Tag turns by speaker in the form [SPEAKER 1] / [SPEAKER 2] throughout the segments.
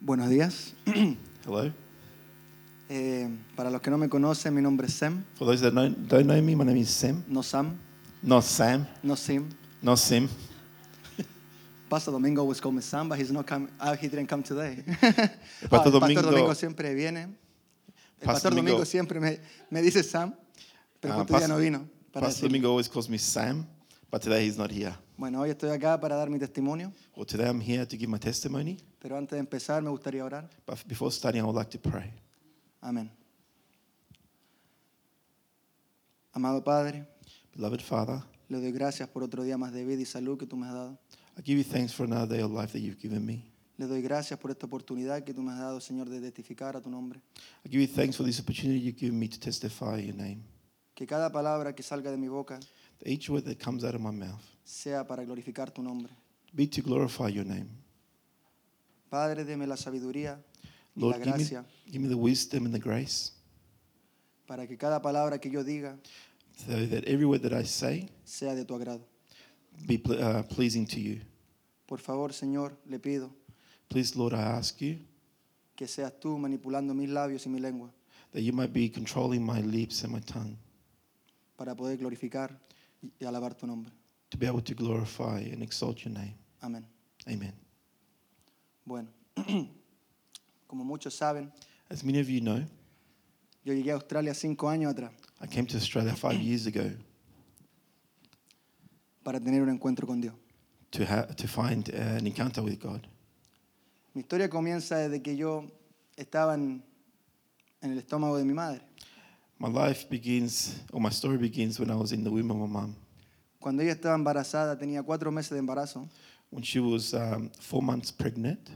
[SPEAKER 1] Buenos días.
[SPEAKER 2] Hello.
[SPEAKER 1] Eh, para los que no me conocen, mi nombre es Sem,
[SPEAKER 2] For those that don't, don't know me, my name is Sam.
[SPEAKER 1] no Sam,
[SPEAKER 2] Not Sam.
[SPEAKER 1] no Sim.
[SPEAKER 2] Not Sim.
[SPEAKER 1] Pastor Domingo always called me Sam, but he's not come, ah, he didn't come today.
[SPEAKER 2] Pastor
[SPEAKER 1] Ah, el Pastor
[SPEAKER 2] Domingo-
[SPEAKER 1] Domingo siempre viene. El
[SPEAKER 2] Pastor
[SPEAKER 1] Pastor Domingo
[SPEAKER 2] Domingo-
[SPEAKER 1] siempre me, me dice Sam, pero
[SPEAKER 2] Ah,
[SPEAKER 1] justo hoy día
[SPEAKER 2] Pastor-
[SPEAKER 1] no vino. Para decirme.
[SPEAKER 2] Pastor Domingo always calls me Sam, but today he's not here.
[SPEAKER 1] Bueno, hoy estoy acá para dar mi testimonio,
[SPEAKER 2] Well, today I'm here to give my testimony,
[SPEAKER 1] pero antes de empezar me gustaría orar.
[SPEAKER 2] but f- before starting, I would like to pray.
[SPEAKER 1] Amén. Amado Padre,
[SPEAKER 2] Beloved Father,
[SPEAKER 1] le doy gracias por otro día más de vida y salud que tú me has dado.
[SPEAKER 2] I give you thanks for another day of life that you've given me.
[SPEAKER 1] Le doy gracias por esta oportunidad que tú me has dado, Señor, de testificar a tu nombre.
[SPEAKER 2] I give you thanks for this opportunity you've given me to testify your name.
[SPEAKER 1] Que cada palabra que salga de mi boca
[SPEAKER 2] That each word that comes out of my mouth
[SPEAKER 1] sea para glorificar tu nombre.
[SPEAKER 2] be to glorify your name.
[SPEAKER 1] Padre, deme la sabiduría y la
[SPEAKER 2] Lord, give me,
[SPEAKER 1] gracia
[SPEAKER 2] give me the wisdom and the grace
[SPEAKER 1] para que cada palabra que yo diga
[SPEAKER 2] so that every word that I say
[SPEAKER 1] sea de tu agrado.
[SPEAKER 2] be ple- uh, pleasing to you.
[SPEAKER 1] Por favor, Señor, le pido
[SPEAKER 2] Please, Lord, I ask you
[SPEAKER 1] que seas tú manipulando mis labios y mi lengua
[SPEAKER 2] that you might be controlling my lips and my tongue
[SPEAKER 1] para poder glorificar y y alabar tu nombre.
[SPEAKER 2] to be able to glorify and exalt your name.
[SPEAKER 1] Amén.
[SPEAKER 2] Amen.
[SPEAKER 1] Bueno, como muchos saben,
[SPEAKER 2] As many of you know,
[SPEAKER 1] yo llegué a Australia cinco años atrás
[SPEAKER 2] I came to Australia five years ago
[SPEAKER 1] para tener un encuentro con Dios.
[SPEAKER 2] to, ha- to find uh, an encounter with God.
[SPEAKER 1] Mi historia comienza desde que yo estaba en, en el estómago de mi madre.
[SPEAKER 2] My life begins, or my story begins, when I was in the womb of my mum.
[SPEAKER 1] Cuando ella estaba embarazada, tenía cuatro meses de embarazo,
[SPEAKER 2] When she was um, four months pregnant,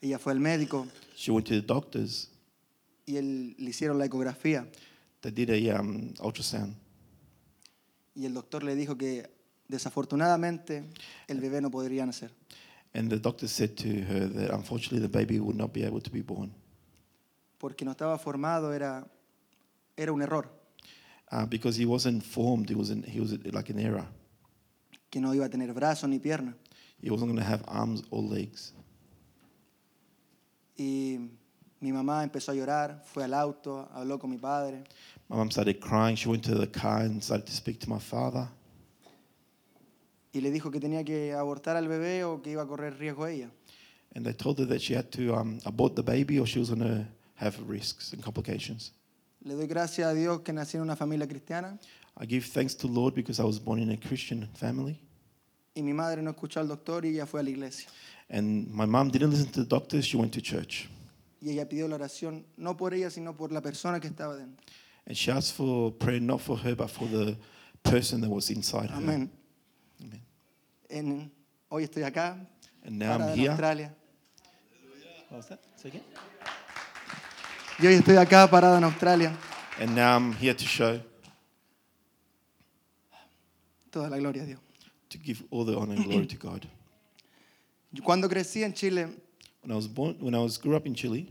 [SPEAKER 1] ella fue al médico
[SPEAKER 2] she went to the doctors.
[SPEAKER 1] y él- le hicieron la ecografía
[SPEAKER 2] They did a um, ultrasound,
[SPEAKER 1] y el doctor le dijo que desafortunadamente el bebé no podría nacer.
[SPEAKER 2] and the doctor said to her that unfortunately the baby would not be able to be born
[SPEAKER 1] Porque no estaba formado, era, era un error,
[SPEAKER 2] uh, because he wasn't formed. He was an, he was like an error.
[SPEAKER 1] que no iba a tener brazos ni piernas.
[SPEAKER 2] He wasn't going to have arms or legs.
[SPEAKER 1] Y mi mamá empezó a llorar, fue al auto, habló con mi padre
[SPEAKER 2] My mum started crying. She went to the car and started to speak to my father.
[SPEAKER 1] y le dijo que tenía que abortar al bebé o que iba a correr riesgo ella.
[SPEAKER 2] And they told her that she had to um, abort the baby or she was going to have risks and complications.
[SPEAKER 1] Le doy gracias a Dios que nací en una familia cristiana
[SPEAKER 2] I give thanks to Lord because I was born in a Christian family.
[SPEAKER 1] y mi madre no escuchó al doctor y ella fue a la iglesia.
[SPEAKER 2] And my mum didn't listen to the doctors. She went to church.
[SPEAKER 1] Y ella pidió la oración, no por ella, sino por la persona que estaba dentro.
[SPEAKER 2] And she asked for prayer not for her, but for the person that was inside her.
[SPEAKER 1] Amén.
[SPEAKER 2] Amén.
[SPEAKER 1] En- hoy estoy acá,
[SPEAKER 2] And now
[SPEAKER 1] parada
[SPEAKER 2] I'm
[SPEAKER 1] en
[SPEAKER 2] here.
[SPEAKER 1] Australia.
[SPEAKER 2] What was that? Say again?
[SPEAKER 1] Y hoy estoy acá, parada en Australia.
[SPEAKER 2] And now I'm here to show,
[SPEAKER 1] Toda la gloria a Dios.
[SPEAKER 2] to give all the honor and glory to God.
[SPEAKER 1] Yo Cuando crecí en Chile,
[SPEAKER 2] When I was born, when I was grew up in Chile,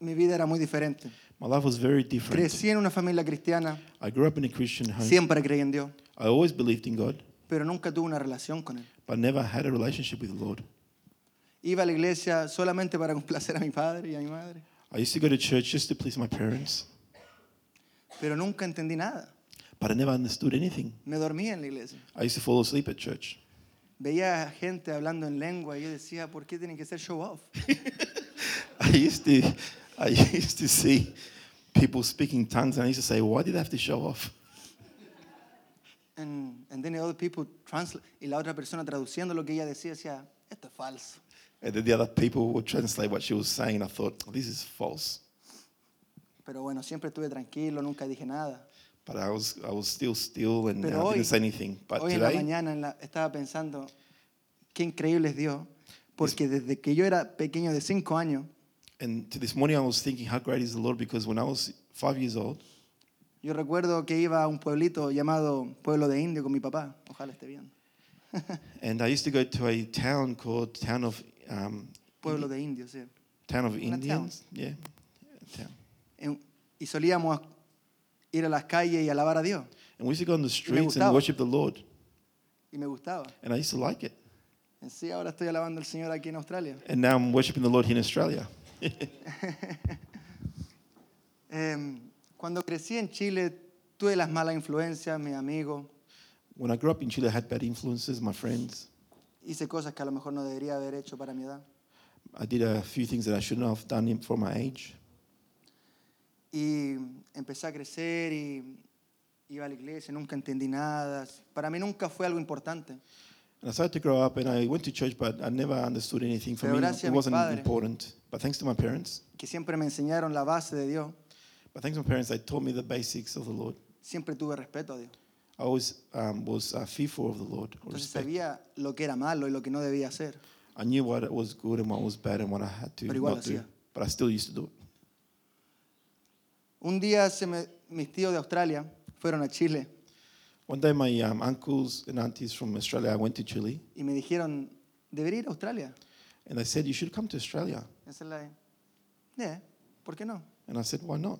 [SPEAKER 1] mi vida era muy diferente.
[SPEAKER 2] my life was very different.
[SPEAKER 1] Crecí en una familia cristiana,
[SPEAKER 2] I grew up in a Christian home.
[SPEAKER 1] siempre creí en Dios,
[SPEAKER 2] I always believed in God,
[SPEAKER 1] pero nunca tuve una relación con Él.
[SPEAKER 2] but never had a relationship with the Lord.
[SPEAKER 1] Iba a la iglesia solamente para complacer a mi padre y a mi madre,
[SPEAKER 2] I used to go to church just to please my parents,
[SPEAKER 1] pero nunca entendí nada.
[SPEAKER 2] but I never understood anything.
[SPEAKER 1] Me dormía en la iglesia.
[SPEAKER 2] I used to fall asleep at church.
[SPEAKER 1] Veía gente hablando en lengua y yo decía, ¿por qué tienen que ser show off?
[SPEAKER 2] I used to, I used to see people speaking tongues, and I used to say, "Why do they have to show off?"
[SPEAKER 1] And, and then the other people transla- y la otra persona traduciendo lo que ella decía decía, esto es falso.
[SPEAKER 2] And then the other people would translate what she was saying, and I thought, "This is false."
[SPEAKER 1] Pero bueno, siempre estuve tranquilo, nunca dije nada.
[SPEAKER 2] But I was, I was still still, and
[SPEAKER 1] Pero
[SPEAKER 2] I
[SPEAKER 1] hoy-
[SPEAKER 2] didn't say anything. But
[SPEAKER 1] Hoy en la
[SPEAKER 2] today,
[SPEAKER 1] mañana en la- estaba pensando, qué increíble es Dios, porque desde que yo era pequeño de cinco años,
[SPEAKER 2] and to this morning, I was thinking, "How great is the Lord?" Because when I was five years old,
[SPEAKER 1] yo recuerdo que iba a un pueblito llamado Pueblo de Indio con mi papá, ojalá esté viendo,
[SPEAKER 2] And I used to go to a town called Town of um,
[SPEAKER 1] Pueblo de Indio, sí.
[SPEAKER 2] Town of
[SPEAKER 1] Not town.
[SPEAKER 2] Indians. Yeah, a town.
[SPEAKER 1] En- y solíamos a- ir a las calles y alabar a Dios,
[SPEAKER 2] And we used to go on the streets
[SPEAKER 1] gustaba.
[SPEAKER 2] and worship the Lord.
[SPEAKER 1] y me gustaba.
[SPEAKER 2] And I used to like it.
[SPEAKER 1] En sí, ahora estoy alabando al Señor aquí en Australia.
[SPEAKER 2] And now I'm worshiping the Lord here in Australia.
[SPEAKER 1] Em, cuando crecí en Chile, tuve las malas influencias, mis amigos.
[SPEAKER 2] When I grew up in Chile, I had bad influences, my friends.
[SPEAKER 1] Hice cosas que a lo mejor no debería haber hecho para mi edad.
[SPEAKER 2] I did a few things that I shouldn't have done for my age.
[SPEAKER 1] Y empecé a crecer y iba a la iglesia, nunca entendí nada. Para mí nunca fue algo importante.
[SPEAKER 2] And I started to grow up and I went to church, but I never understood anything. For
[SPEAKER 1] Pero
[SPEAKER 2] me,
[SPEAKER 1] gracias a
[SPEAKER 2] it
[SPEAKER 1] mis
[SPEAKER 2] wasn't
[SPEAKER 1] padres.
[SPEAKER 2] important. But thanks to my parents,
[SPEAKER 1] Que siempre me enseñaron la base de Dios.
[SPEAKER 2] but thanks to my parents, they taught me the basics of the Lord.
[SPEAKER 1] Siempre tuve respeto a Dios.
[SPEAKER 2] I always um, was uh, fearful of the Lord. Or
[SPEAKER 1] Entonces
[SPEAKER 2] respect.
[SPEAKER 1] sabía lo que era malo y lo que no debía hacer.
[SPEAKER 2] I knew what was good and what was bad and what I had to
[SPEAKER 1] Pero igual
[SPEAKER 2] not do.
[SPEAKER 1] hacía.
[SPEAKER 2] But I still used to do it.
[SPEAKER 1] Un día se me- mis tíos de Australia fueron a Chile
[SPEAKER 2] One day, my um, uncles and aunties from Australia, I went to Chile,
[SPEAKER 1] y me dijeron, debería ir a Australia.
[SPEAKER 2] and they said, You should come to Australia.
[SPEAKER 1] Esa es la... "Yeah, ¿Por qué no?
[SPEAKER 2] And I said, Why not?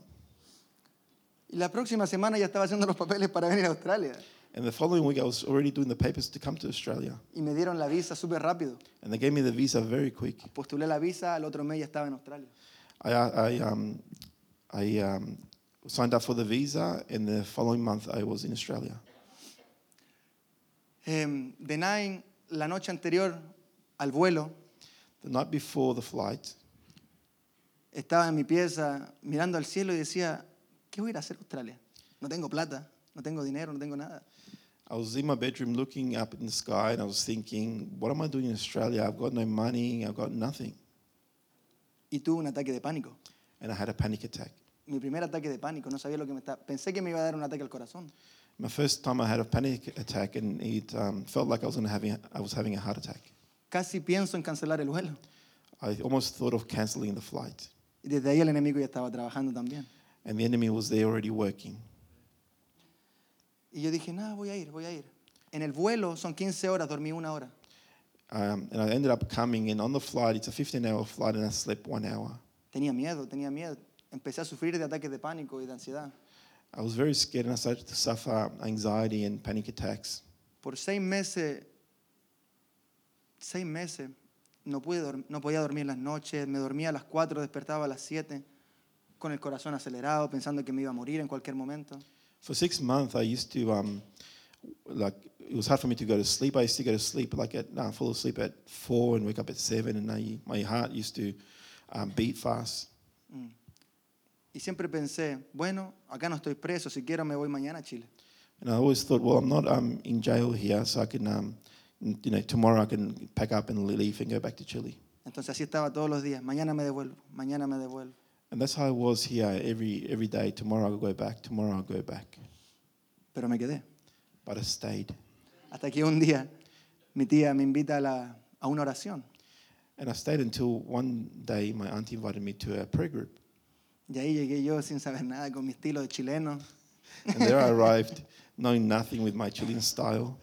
[SPEAKER 1] Y la próxima semana ya estaba haciendo los papeles para venir a Australia.
[SPEAKER 2] And the following week, I was already doing the papers to come to Australia.
[SPEAKER 1] Y me dieron la visa súper rápido.
[SPEAKER 2] And they gave me the visa very quick.
[SPEAKER 1] Postulé la visa, al otro mes ya estaba en Australia.
[SPEAKER 2] I, I, um, I um, signed up for the visa, and the following month, I was in Australia.
[SPEAKER 1] Em, de Nine, la noche anterior al vuelo,
[SPEAKER 2] The night before the flight,
[SPEAKER 1] estaba en mi pieza mirando al cielo y decía, ¿qué voy a ir a hacer a Australia? No tengo plata, no tengo dinero, no tengo nada.
[SPEAKER 2] I was in my bedroom looking up in the sky, and I was thinking, What am I doing in Australia? I've got no money, I've got nothing.
[SPEAKER 1] Y tuve un ataque de pánico.
[SPEAKER 2] And I had a panic attack.
[SPEAKER 1] Mi primer ataque de pánico, no sabía lo que me estaba... Pensé que me iba a dar un ataque al corazón.
[SPEAKER 2] My first time I had a panic attack, and it um, felt like I was, gonna having a, I was having a heart attack.
[SPEAKER 1] Casi pienso en cancelar el vuelo.
[SPEAKER 2] I almost thought of cancelling the flight,
[SPEAKER 1] Y desde ahí el enemigo ya estaba trabajando también.
[SPEAKER 2] and the enemy was there already working.
[SPEAKER 1] Y yo dije, nada, voy a ir, voy a ir. En el vuelo son 15 horas, dormí una hora.
[SPEAKER 2] Um, and I ended up coming, and on the flight, it's a 15 hour flight, and I slept one hour.
[SPEAKER 1] Tenía miedo, tenía miedo. Empecé a sufrir de ataques de pánico y de ansiedad.
[SPEAKER 2] I was very scared, and I started to suffer um, anxiety and panic attacks.
[SPEAKER 1] Por seis meses, seis meses, no, pude dorm- no podía dormir las noches, me dormía a las 4, despertaba a las 7, con el corazón acelerado, pensando que me iba a morir en cualquier momento.
[SPEAKER 2] For six months, I used to, um, like, it was hard for me to go to sleep. I used to go to sleep, like, at, nah, fall asleep at four and wake up at seven, and I, my heart used to um, beat fast.
[SPEAKER 1] Y siempre pensé, bueno, acá no estoy preso, si quiero me voy mañana a Chile.
[SPEAKER 2] And I always thought, well, I'm not um, in jail here, so I can, um, you know, tomorrow I can pack up and leave and go back to Chile.
[SPEAKER 1] Entonces así estaba todos los días, mañana me devuelvo, mañana me devuelvo.
[SPEAKER 2] And that's how I was here every every day. Tomorrow I'll go back. Tomorrow I'll go back.
[SPEAKER 1] Pero me quedé.
[SPEAKER 2] But I stayed,
[SPEAKER 1] Hasta que un día mi tía me invita a, la- a una oración.
[SPEAKER 2] and I stayed until one day my auntie invited me to a prayer group,
[SPEAKER 1] Y ahí llegué yo sin saber nada, con mi estilo de chileno.
[SPEAKER 2] and there I arrived, knowing nothing with my Chilean style,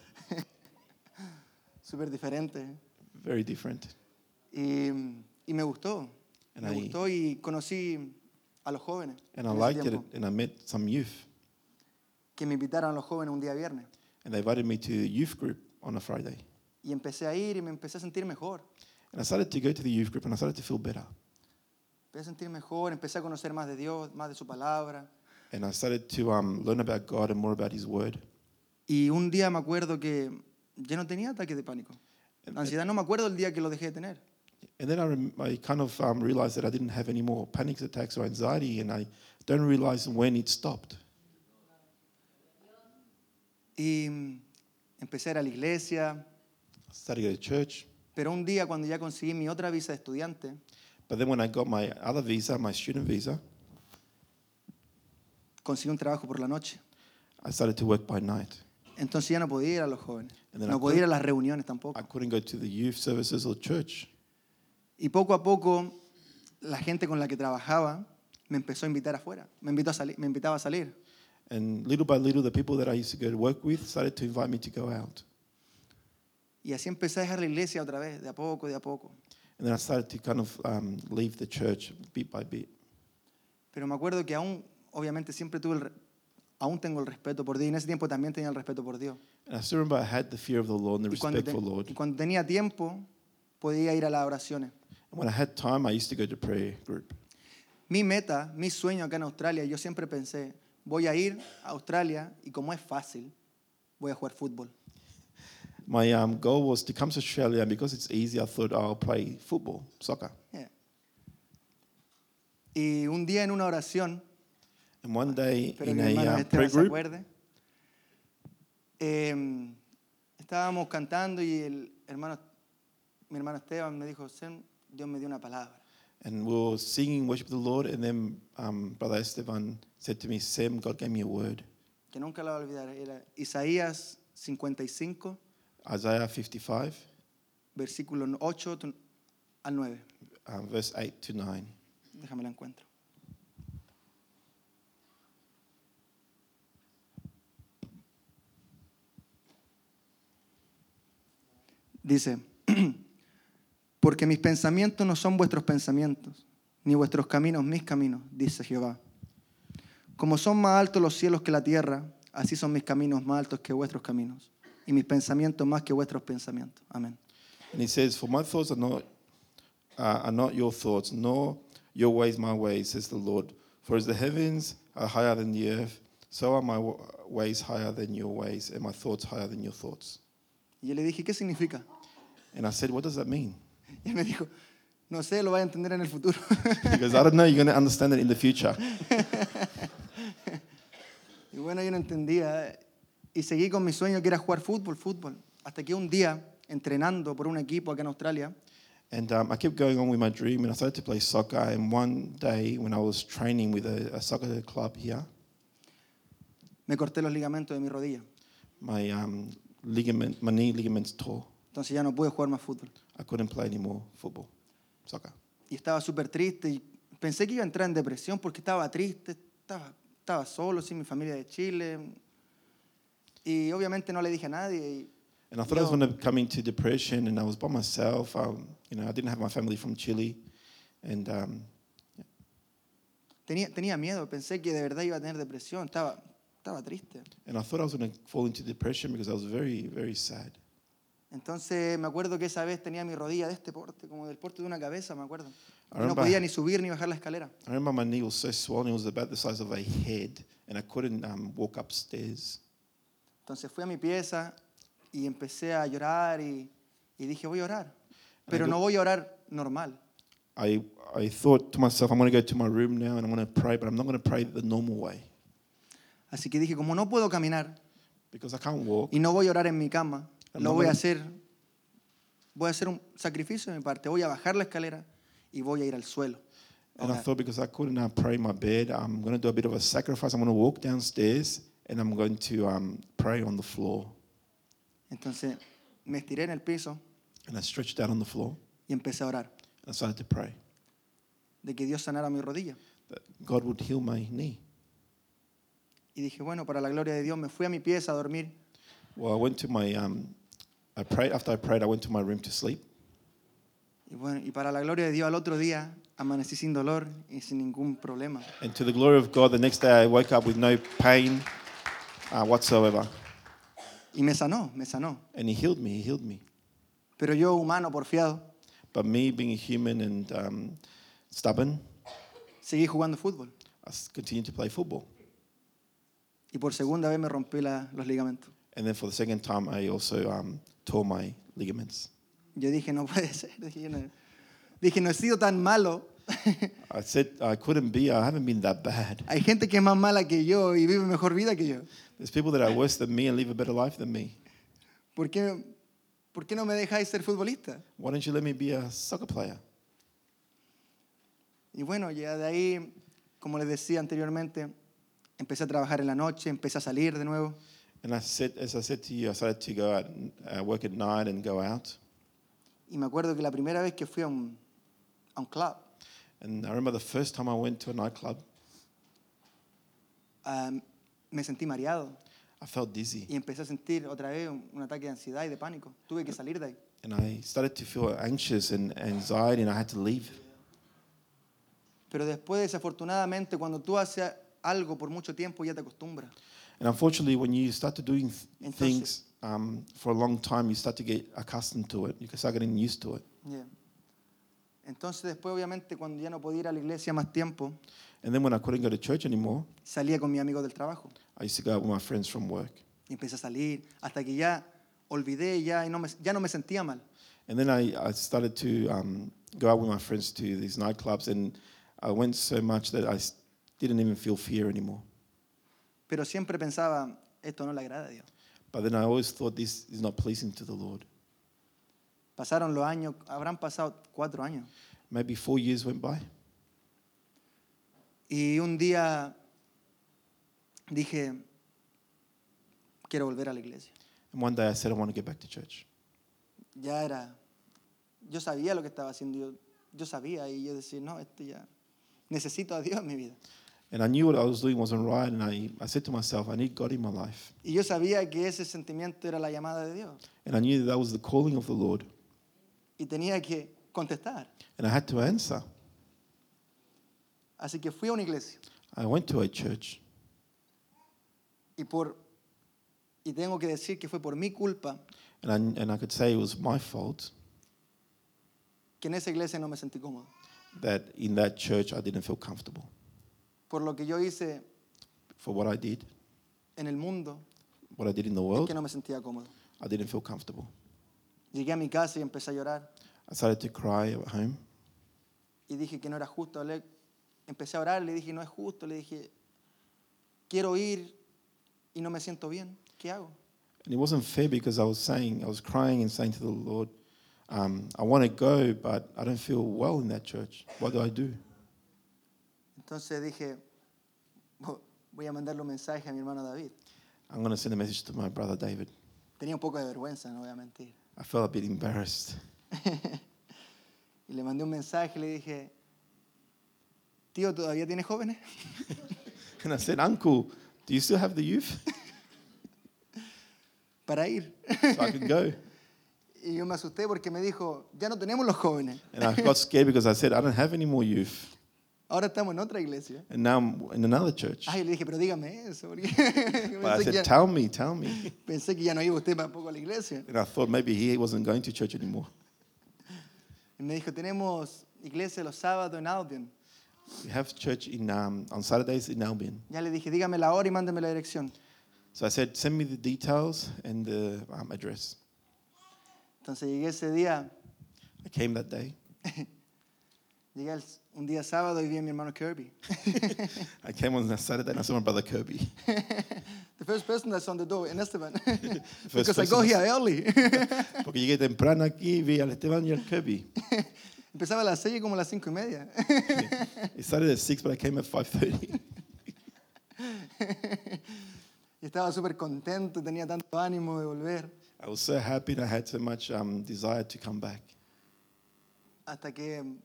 [SPEAKER 1] súper diferente.
[SPEAKER 2] very different.
[SPEAKER 1] Y, y me gustó.
[SPEAKER 2] And
[SPEAKER 1] me
[SPEAKER 2] I-
[SPEAKER 1] gustó y conocí a los jóvenes.
[SPEAKER 2] And I
[SPEAKER 1] en ese
[SPEAKER 2] liked it,
[SPEAKER 1] tiempo,
[SPEAKER 2] and I met some youth,
[SPEAKER 1] Que me invitaron a los jóvenes un día viernes.
[SPEAKER 2] and they invited me to youth group on a Friday,
[SPEAKER 1] Y empecé a ir y me empecé a sentir mejor.
[SPEAKER 2] and I started to go to the youth group, and I started to feel better,
[SPEAKER 1] Empecé a sentir mejor, empecé a conocer más de Dios, más de su palabra.
[SPEAKER 2] and I started to um, learn about God and more about His Word.
[SPEAKER 1] Y un día me acuerdo que ya no tenía ataques de pánico. La ansiedad no me acuerdo el día que lo dejé de tener.
[SPEAKER 2] And then I, rem- I kind of um, realized that I didn't have any more panic attacks or anxiety, and I don't realize when it stopped.
[SPEAKER 1] Y mm, empecé a ir a la iglesia.
[SPEAKER 2] I started to go to church,
[SPEAKER 1] Pero un día cuando ya conseguí mi otra visa de estudiante,
[SPEAKER 2] but then when I got my other visa, my student visa,
[SPEAKER 1] conseguí un trabajo por la noche.
[SPEAKER 2] I started to work by night.
[SPEAKER 1] Entonces ya no podía ir a los jóvenes.
[SPEAKER 2] And then
[SPEAKER 1] No
[SPEAKER 2] I
[SPEAKER 1] podía ir a las reuniones tampoco.
[SPEAKER 2] I couldn't go to the youth services or church,
[SPEAKER 1] Y poco a poco, la gente con la que trabajaba me empezó a invitar afuera. Me, invitó a salir, me invitaba a salir.
[SPEAKER 2] and little by little, the people that I used to go to work with started to invite me to go out,
[SPEAKER 1] Y así empecé a dejar la iglesia otra vez, de a poco, de a poco.
[SPEAKER 2] and then I started to kind of um, leave the church bit by bit.
[SPEAKER 1] Pero me acuerdo que aún, obviamente, siempre tuve el... re- Aún tengo el respeto por Dios y en ese tiempo también tenía el respeto por Dios.
[SPEAKER 2] And I still remember I had the fear of the Lord and the
[SPEAKER 1] Y cuando,
[SPEAKER 2] respect
[SPEAKER 1] te-
[SPEAKER 2] for the Lord.
[SPEAKER 1] y
[SPEAKER 2] And
[SPEAKER 1] cuando tenía tiempo, podía ir a las oraciones.
[SPEAKER 2] when I had time, I used to go to prayer group.
[SPEAKER 1] Mi meta, mi sueño acá en Australia, yo siempre pensé, voy a ir a Australia y como es fácil, voy a jugar fútbol.
[SPEAKER 2] My um, goal was to come to Australia, and because it's easy, I thought "Oh, I'll play football, soccer.
[SPEAKER 1] Yeah. Y un día en una oración,
[SPEAKER 2] And one day
[SPEAKER 1] espero
[SPEAKER 2] in
[SPEAKER 1] que mi
[SPEAKER 2] a
[SPEAKER 1] hermano
[SPEAKER 2] um, prayer
[SPEAKER 1] Esteban se
[SPEAKER 2] group,
[SPEAKER 1] acuerde, eh, estábamos cantando y el hermano, mi hermano Esteban me dijo, "Sen, Dios me dio una palabra.
[SPEAKER 2] and we were singing worship the Lord, and then um, Brother Esteban said to me, Sam, God gave me a word.
[SPEAKER 1] que nunca la voy a olvidar, era Isaías 55,
[SPEAKER 2] Isaiah 55,
[SPEAKER 1] versículo 8 tu- al 9.
[SPEAKER 2] um, verse 8 to 9.
[SPEAKER 1] Déjame la encuentro. Dice, porque mis pensamientos no son vuestros pensamientos, ni vuestros caminos mis caminos, dice Jehová. Como son más altos los cielos que la tierra, así son mis caminos más altos que vuestros caminos, y mis pensamientos más que vuestros pensamientos. Amén.
[SPEAKER 2] And he says, For my thoughts are not, uh, are not your thoughts, nor your ways my ways, says the Lord. For as the heavens are higher than the earth, so are my w- ways higher than your ways, and my thoughts higher than your thoughts.
[SPEAKER 1] Y yo le dije, ¿qué significa?
[SPEAKER 2] And I said, What does that mean?
[SPEAKER 1] Y él me dijo, no sé, lo vas a entender en el futuro.
[SPEAKER 2] He goes, I don't know, you're going to understand it in the future.
[SPEAKER 1] Y bueno, yo no entendía. Y seguí con mi sueño que era jugar fútbol, fútbol. Hasta que un día, entrenando por un equipo acá en Australia,
[SPEAKER 2] And um, I kept going on with my dream, and I started to play soccer. And one day, when I was training with a, a soccer club here,
[SPEAKER 1] me corté los ligamentos de mi rodilla.
[SPEAKER 2] my um, ligament, my knee ligaments tore.
[SPEAKER 1] Entonces ya no pude jugar más fútbol.
[SPEAKER 2] I couldn't play anymore football, soccer.
[SPEAKER 1] Y estaba súper triste. Y pensé que iba a entrar en depresión porque estaba triste, estaba, estaba solo, sin mi familia de Chile. Y obviamente no le dije a nadie. Y
[SPEAKER 2] And I thought I was
[SPEAKER 1] Yo.
[SPEAKER 2] going to come into depression, and I was by myself. Um, you know, I didn't have my family from Chile, and um,
[SPEAKER 1] tenía, tenía miedo, pensé que de verdad iba a tener depresión. Estaba, estaba triste.
[SPEAKER 2] and I thought I was going to fall into depression because I was very, very sad.
[SPEAKER 1] Entonces me acuerdo que esa vez tenía mi rodilla de este porte, como del porte de una cabeza, me acuerdo. Y No
[SPEAKER 2] Aramba.
[SPEAKER 1] podía ni subir ni bajar la escalera.
[SPEAKER 2] I remember my knee was so swollen; it was about the size of a head, and I couldn't um, walk upstairs.
[SPEAKER 1] Entonces fui a mi pieza y empecé a llorar y, y dije, voy a orar. Pero no voy a orar normal.
[SPEAKER 2] I, I thought to myself, I'm going to go to my room now and I'm going to pray, but I'm not going to pray the normal way
[SPEAKER 1] Así que dije, como no puedo caminar
[SPEAKER 2] because I can't walk.
[SPEAKER 1] y no voy a orar en mi cama,
[SPEAKER 2] And
[SPEAKER 1] lo
[SPEAKER 2] no
[SPEAKER 1] voy a
[SPEAKER 2] voy-
[SPEAKER 1] hacer, voy a hacer un sacrificio de mi parte, voy a bajar la escalera y voy a ir al suelo. a
[SPEAKER 2] And I
[SPEAKER 1] orar".
[SPEAKER 2] thought because I couldn't uh, pray in my bed, I'm going to do a bit of a sacrifice. I'm going to walk downstairs and I'm going to um, pray on the floor.
[SPEAKER 1] Entonces me estiré en el piso
[SPEAKER 2] And I stretched out on the floor
[SPEAKER 1] y empecé a orar
[SPEAKER 2] and I started to pray
[SPEAKER 1] de que Dios sanara mi rodilla.
[SPEAKER 2] that God would heal my knee.
[SPEAKER 1] Y dije, bueno, para la gloria de Dios, me fui a mi pieza a dormir.
[SPEAKER 2] Well, I went to my, um, I prayed, after I prayed, I went to my room to sleep.
[SPEAKER 1] Y bueno, y para la gloria de Dios, al otro día amanecí sin dolor y sin ningún problema.
[SPEAKER 2] And to the glory of God, the next day I woke up with no pain uh, whatsoever.
[SPEAKER 1] Y me sanó, me sanó.
[SPEAKER 2] And He healed me, He healed me.
[SPEAKER 1] Pero yo, humano, porfiado,
[SPEAKER 2] But me being a human and um, stubborn,
[SPEAKER 1] seguí jugando fútbol.
[SPEAKER 2] I s- continued to play football.
[SPEAKER 1] Y por segunda vez me rompí la- los ligamentos.
[SPEAKER 2] And then for the second time, I also um, tore my ligaments.
[SPEAKER 1] Yo dije, no puede ser. Dije no, dije, no he sido tan malo.
[SPEAKER 2] I said I couldn't be, I haven't been that bad.
[SPEAKER 1] Hay gente que es más mala que yo y vive mejor vida que yo.
[SPEAKER 2] There's people that are worse than me and live a better life than me.
[SPEAKER 1] ¿Por qué, por qué no me dejáis ser futbolista?
[SPEAKER 2] Why don't you let me be a soccer player?
[SPEAKER 1] Y bueno, ya de ahí, como les decía anteriormente, empecé a trabajar en la noche, empecé a salir de nuevo.
[SPEAKER 2] And I said, as I said to you, I started to go out, and, uh, work at night and go out.
[SPEAKER 1] Y me acuerdo que la primera vez que fui a un, a un club,
[SPEAKER 2] And I remember the first time I went to a nightclub,
[SPEAKER 1] ah, me sentí mareado
[SPEAKER 2] I felt dizzy
[SPEAKER 1] y empecé a sentir otra vez un, un ataque de ansiedad y de pánico. Tuve que salir de ahí.
[SPEAKER 2] and I started to feel anxious and anxiety, and I had to leave.
[SPEAKER 1] Pero después, desafortunadamente, cuando tú haces algo por mucho tiempo, ya te acostumbras.
[SPEAKER 2] And unfortunately, when you start to doing th-
[SPEAKER 1] Entonces,
[SPEAKER 2] things, um, for a long time, you start to get accustomed to it. You can start getting used to it.
[SPEAKER 1] Yeah. Entonces después, obviamente, cuando ya no podía ir a la iglesia más tiempo,
[SPEAKER 2] And then when I couldn't go to church anymore,
[SPEAKER 1] salía con mis amigos del trabajo.
[SPEAKER 2] I used to go out with my friends from work.
[SPEAKER 1] Y empecé a salir hasta que ya olvidé ya y no me, ya no me sentía mal.
[SPEAKER 2] And then I, I started to um, go out with my friends to these nightclubs, and I went so much that I s- didn't even feel fear anymore.
[SPEAKER 1] Pero siempre pensaba, esto no le agrada a Dios.
[SPEAKER 2] But then I always thought this is not pleasing to the Lord.
[SPEAKER 1] Pasaron los años, habrán pasado cuatro años.
[SPEAKER 2] Maybe four years went by,
[SPEAKER 1] Y un día dije, quiero volver a la iglesia.
[SPEAKER 2] and one day I said I want to get back to church.
[SPEAKER 1] Ya era, yo sabía lo que estaba haciendo, yo, yo sabía y yo decía, no, esto ya, necesito a Dios en mi vida.
[SPEAKER 2] And I knew what I was doing wasn't right, and I, I said to myself, I need God in my life.
[SPEAKER 1] Y yo sabía que ese sentimiento era la llamada de Dios
[SPEAKER 2] And I knew that, that was the calling of the Lord,
[SPEAKER 1] y tenía que contestar.
[SPEAKER 2] and I had to answer.
[SPEAKER 1] Así que fui a una iglesia
[SPEAKER 2] I went to a church,
[SPEAKER 1] y por y tengo que decir que fue por mi culpa
[SPEAKER 2] and I, and I could say it was my fault
[SPEAKER 1] que en esa iglesia no me sentí cómodo.
[SPEAKER 2] that in that church I didn't feel comfortable
[SPEAKER 1] Por lo que yo hice
[SPEAKER 2] for what I did,
[SPEAKER 1] en el mundo
[SPEAKER 2] what I did in the
[SPEAKER 1] es
[SPEAKER 2] world.
[SPEAKER 1] que no me sentía cómodo.
[SPEAKER 2] I didn't feel comfortable.
[SPEAKER 1] Llegué a mi casa y empecé a llorar
[SPEAKER 2] I started to cry at home,
[SPEAKER 1] y dije que no era justo. Hablé- empecé a orar, le dije, no es justo, le dije, quiero ir y no me siento bien, ¿qué hago?
[SPEAKER 2] and it wasn't fair because I was saying, I was crying and saying to the Lord, um, "I want to go, but I don't feel well in that church. What do I do?"
[SPEAKER 1] Entonces dije, "Vo- voy a mandarle un mensaje a mi hermano David.
[SPEAKER 2] I'm going to send a message to my brother David.
[SPEAKER 1] Tenía un poco de vergüenza, no voy a mentir.
[SPEAKER 2] I felt a bit embarrassed.
[SPEAKER 1] Y le mandé un mensaje, le dije, tío, ¿todavía tienes jóvenes?
[SPEAKER 2] And I said, Uncle, do you still have the youth?
[SPEAKER 1] Para ir.
[SPEAKER 2] so I could go.
[SPEAKER 1] Y yo me asusté porque me dijo, ya no tenemos los jóvenes,
[SPEAKER 2] And I got scared because I said, I don't have any more youth.
[SPEAKER 1] ahora estamos en otra iglesia.
[SPEAKER 2] And now I'm in another church.
[SPEAKER 1] Ay, le dije, pero dígame eso, porque pensé,
[SPEAKER 2] But I
[SPEAKER 1] que
[SPEAKER 2] said,
[SPEAKER 1] ya,
[SPEAKER 2] Tell me, tell me.
[SPEAKER 1] pensé que ya no iba usted tampoco a la iglesia.
[SPEAKER 2] And I thought maybe he wasn't going to church anymore.
[SPEAKER 1] Y me dijo, tenemos iglesia los sábados en Albion.
[SPEAKER 2] We have church in, um, on Saturdays in Albion.
[SPEAKER 1] Ya le dije, dígame la hora y mándeme la dirección.
[SPEAKER 2] So I said, Send me the details and the um, address.
[SPEAKER 1] Entonces llegué ese día,
[SPEAKER 2] I came that day.
[SPEAKER 1] llegué al- un día sábado y vi a mi hermano Kirby.
[SPEAKER 2] I came on that Saturday and I saw my brother Kirby.
[SPEAKER 1] The first person that's on the door, en Esteban.
[SPEAKER 2] First
[SPEAKER 1] Because I go
[SPEAKER 2] person
[SPEAKER 1] here early.
[SPEAKER 2] Porque llegué temprano aquí, vi al Esteban y al Kirby.
[SPEAKER 1] Empezaba a las seis y como a las cinco y media.
[SPEAKER 2] It started at 6, but I came at 5.30.
[SPEAKER 1] y estaba súper contento, tenía tanto ánimo de volver.
[SPEAKER 2] I was so happy and I had so much um, desire to come back.
[SPEAKER 1] hasta que mm,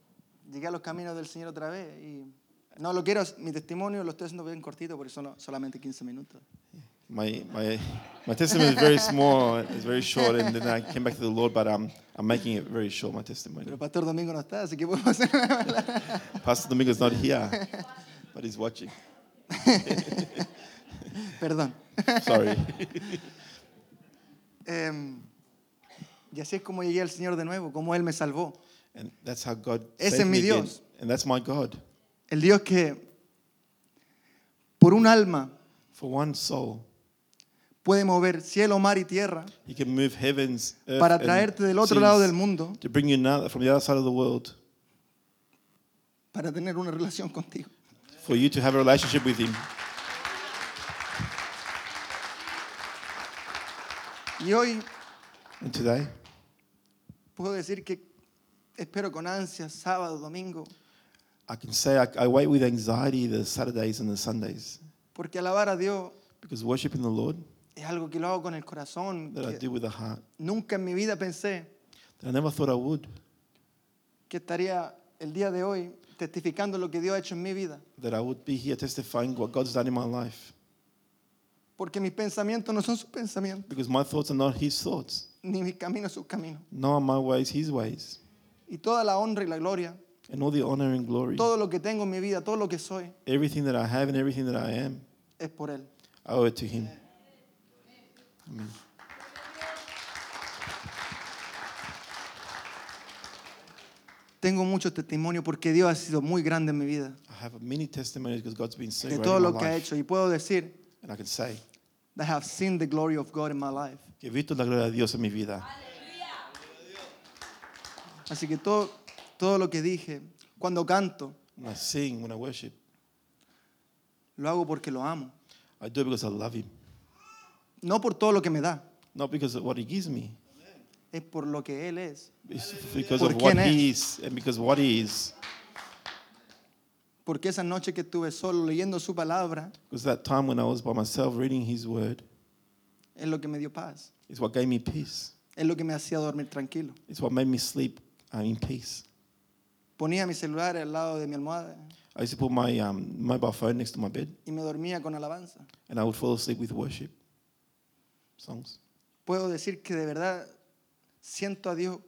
[SPEAKER 1] llegué a los caminos del Señor otra vez. Y no lo quiero, mi testimonio lo estoy haciendo bien cortito porque son solamente 15 minutos.
[SPEAKER 2] My, my, my testimony is very small, it's very short, and then I came back to the Lord, but um, I'm making it very short, my testimony.
[SPEAKER 1] Pero el Pastor Domingo no está, así que podemos hacer
[SPEAKER 2] Pastor Domingo's not here, but he's watching.
[SPEAKER 1] Perdón.
[SPEAKER 2] Sorry.
[SPEAKER 1] Em, y así es como llegué al Señor de nuevo, como Él me salvó.
[SPEAKER 2] And that's how God
[SPEAKER 1] Ese
[SPEAKER 2] saved
[SPEAKER 1] es
[SPEAKER 2] me
[SPEAKER 1] mi
[SPEAKER 2] again.
[SPEAKER 1] Dios.
[SPEAKER 2] And that's my God.
[SPEAKER 1] El Dios que por un alma
[SPEAKER 2] For one soul,
[SPEAKER 1] puede mover cielo, mar y tierra
[SPEAKER 2] He can move heavens, earth,
[SPEAKER 1] para
[SPEAKER 2] and
[SPEAKER 1] traerte del otro
[SPEAKER 2] seas
[SPEAKER 1] lado del mundo
[SPEAKER 2] to bring you now from the other side of the world,
[SPEAKER 1] para tener una relación contigo.
[SPEAKER 2] for you to have a relationship with Him.
[SPEAKER 1] Y hoy
[SPEAKER 2] And today,
[SPEAKER 1] puedo decir que espero con ansias sábado, domingo,
[SPEAKER 2] I can say I, I wait with anxiety the Saturdays and the Sundays
[SPEAKER 1] porque alabar a Dios
[SPEAKER 2] because worshiping the Lord
[SPEAKER 1] es algo que lo hago con el corazón.
[SPEAKER 2] that I
[SPEAKER 1] que
[SPEAKER 2] do with the heart.
[SPEAKER 1] nunca en mi vida pensé
[SPEAKER 2] that I never thought I would,
[SPEAKER 1] que estaría el día de hoy testificando lo que Dios ha hecho en mi vida.
[SPEAKER 2] that I would be here testifying what God's done in my life.
[SPEAKER 1] Porque mis pensamientos no son sus pensamientos,
[SPEAKER 2] Because my thoughts are not His thoughts,
[SPEAKER 1] ni mis caminos sus caminos.
[SPEAKER 2] nor are my ways His ways.
[SPEAKER 1] Y toda la honra y la gloria,
[SPEAKER 2] And all the honor and glory,
[SPEAKER 1] todo lo que tengo en mi vida, todo lo que soy,
[SPEAKER 2] everything that I have and everything that I am,
[SPEAKER 1] es por Él.
[SPEAKER 2] I owe it to Him.
[SPEAKER 1] Tengo mucho testimonio porque Dios ha sido muy grande en mi vida,
[SPEAKER 2] I have many testimonies because God's been so
[SPEAKER 1] de
[SPEAKER 2] great
[SPEAKER 1] todo
[SPEAKER 2] in my
[SPEAKER 1] lo que ha
[SPEAKER 2] life.
[SPEAKER 1] hecho. Y puedo decir,
[SPEAKER 2] And I can say,
[SPEAKER 1] that have seen the glory of God in my life.
[SPEAKER 2] que he visto la gloria de Dios en mi vida.
[SPEAKER 1] Así que todo, todo lo que dije, cuando canto,
[SPEAKER 2] When I sing, when I worship,
[SPEAKER 1] lo hago porque lo amo.
[SPEAKER 2] I do it because I love Him.
[SPEAKER 1] No por todo lo que me da,
[SPEAKER 2] Not because of what He gives me.
[SPEAKER 1] es por lo que Él es,
[SPEAKER 2] It's because
[SPEAKER 1] Por
[SPEAKER 2] of what
[SPEAKER 1] quién
[SPEAKER 2] He is and because what He is.
[SPEAKER 1] Porque esa noche que estuve solo leyendo su palabra
[SPEAKER 2] Because that time when I was by myself reading His Word
[SPEAKER 1] es lo que me dio paz,
[SPEAKER 2] is what gave me peace.
[SPEAKER 1] es lo que me hacía dormir tranquilo.
[SPEAKER 2] It's what made me sleep uh, in peace.
[SPEAKER 1] Ponía mi celular al lado de mi almohada
[SPEAKER 2] I used to put my um, mobile phone next to my bed
[SPEAKER 1] y me dormía con alabanza.
[SPEAKER 2] and I would fall asleep with worship songs.
[SPEAKER 1] Puedo decir que de verdad siento a Dios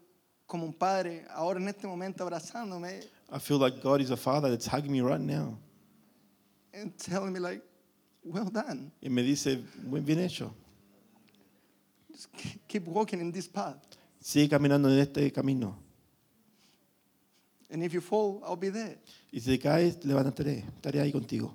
[SPEAKER 1] como un padre ahora en este momento abrazándome
[SPEAKER 2] I feel like God is a father that's hugging me right now.
[SPEAKER 1] and telling me like, well done,
[SPEAKER 2] Y me dice, buen bien hecho.
[SPEAKER 1] just keep- keep walking in this path.
[SPEAKER 2] Sigue caminando en este camino.
[SPEAKER 1] And if you fall, I'll be there.
[SPEAKER 2] Y si te caes, levántate. Estaré ahí contigo.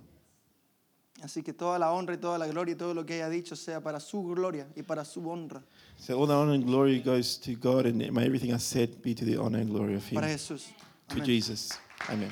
[SPEAKER 1] Así que toda la honra y toda la gloria y todo lo que haya dicho sea para su gloria y para su honra,
[SPEAKER 2] So all the honor and glory goes to God, and may everything I said be to the honor and glory of Him.
[SPEAKER 1] para Jesús.
[SPEAKER 2] To
[SPEAKER 1] Amén.
[SPEAKER 2] Jesus. Amen.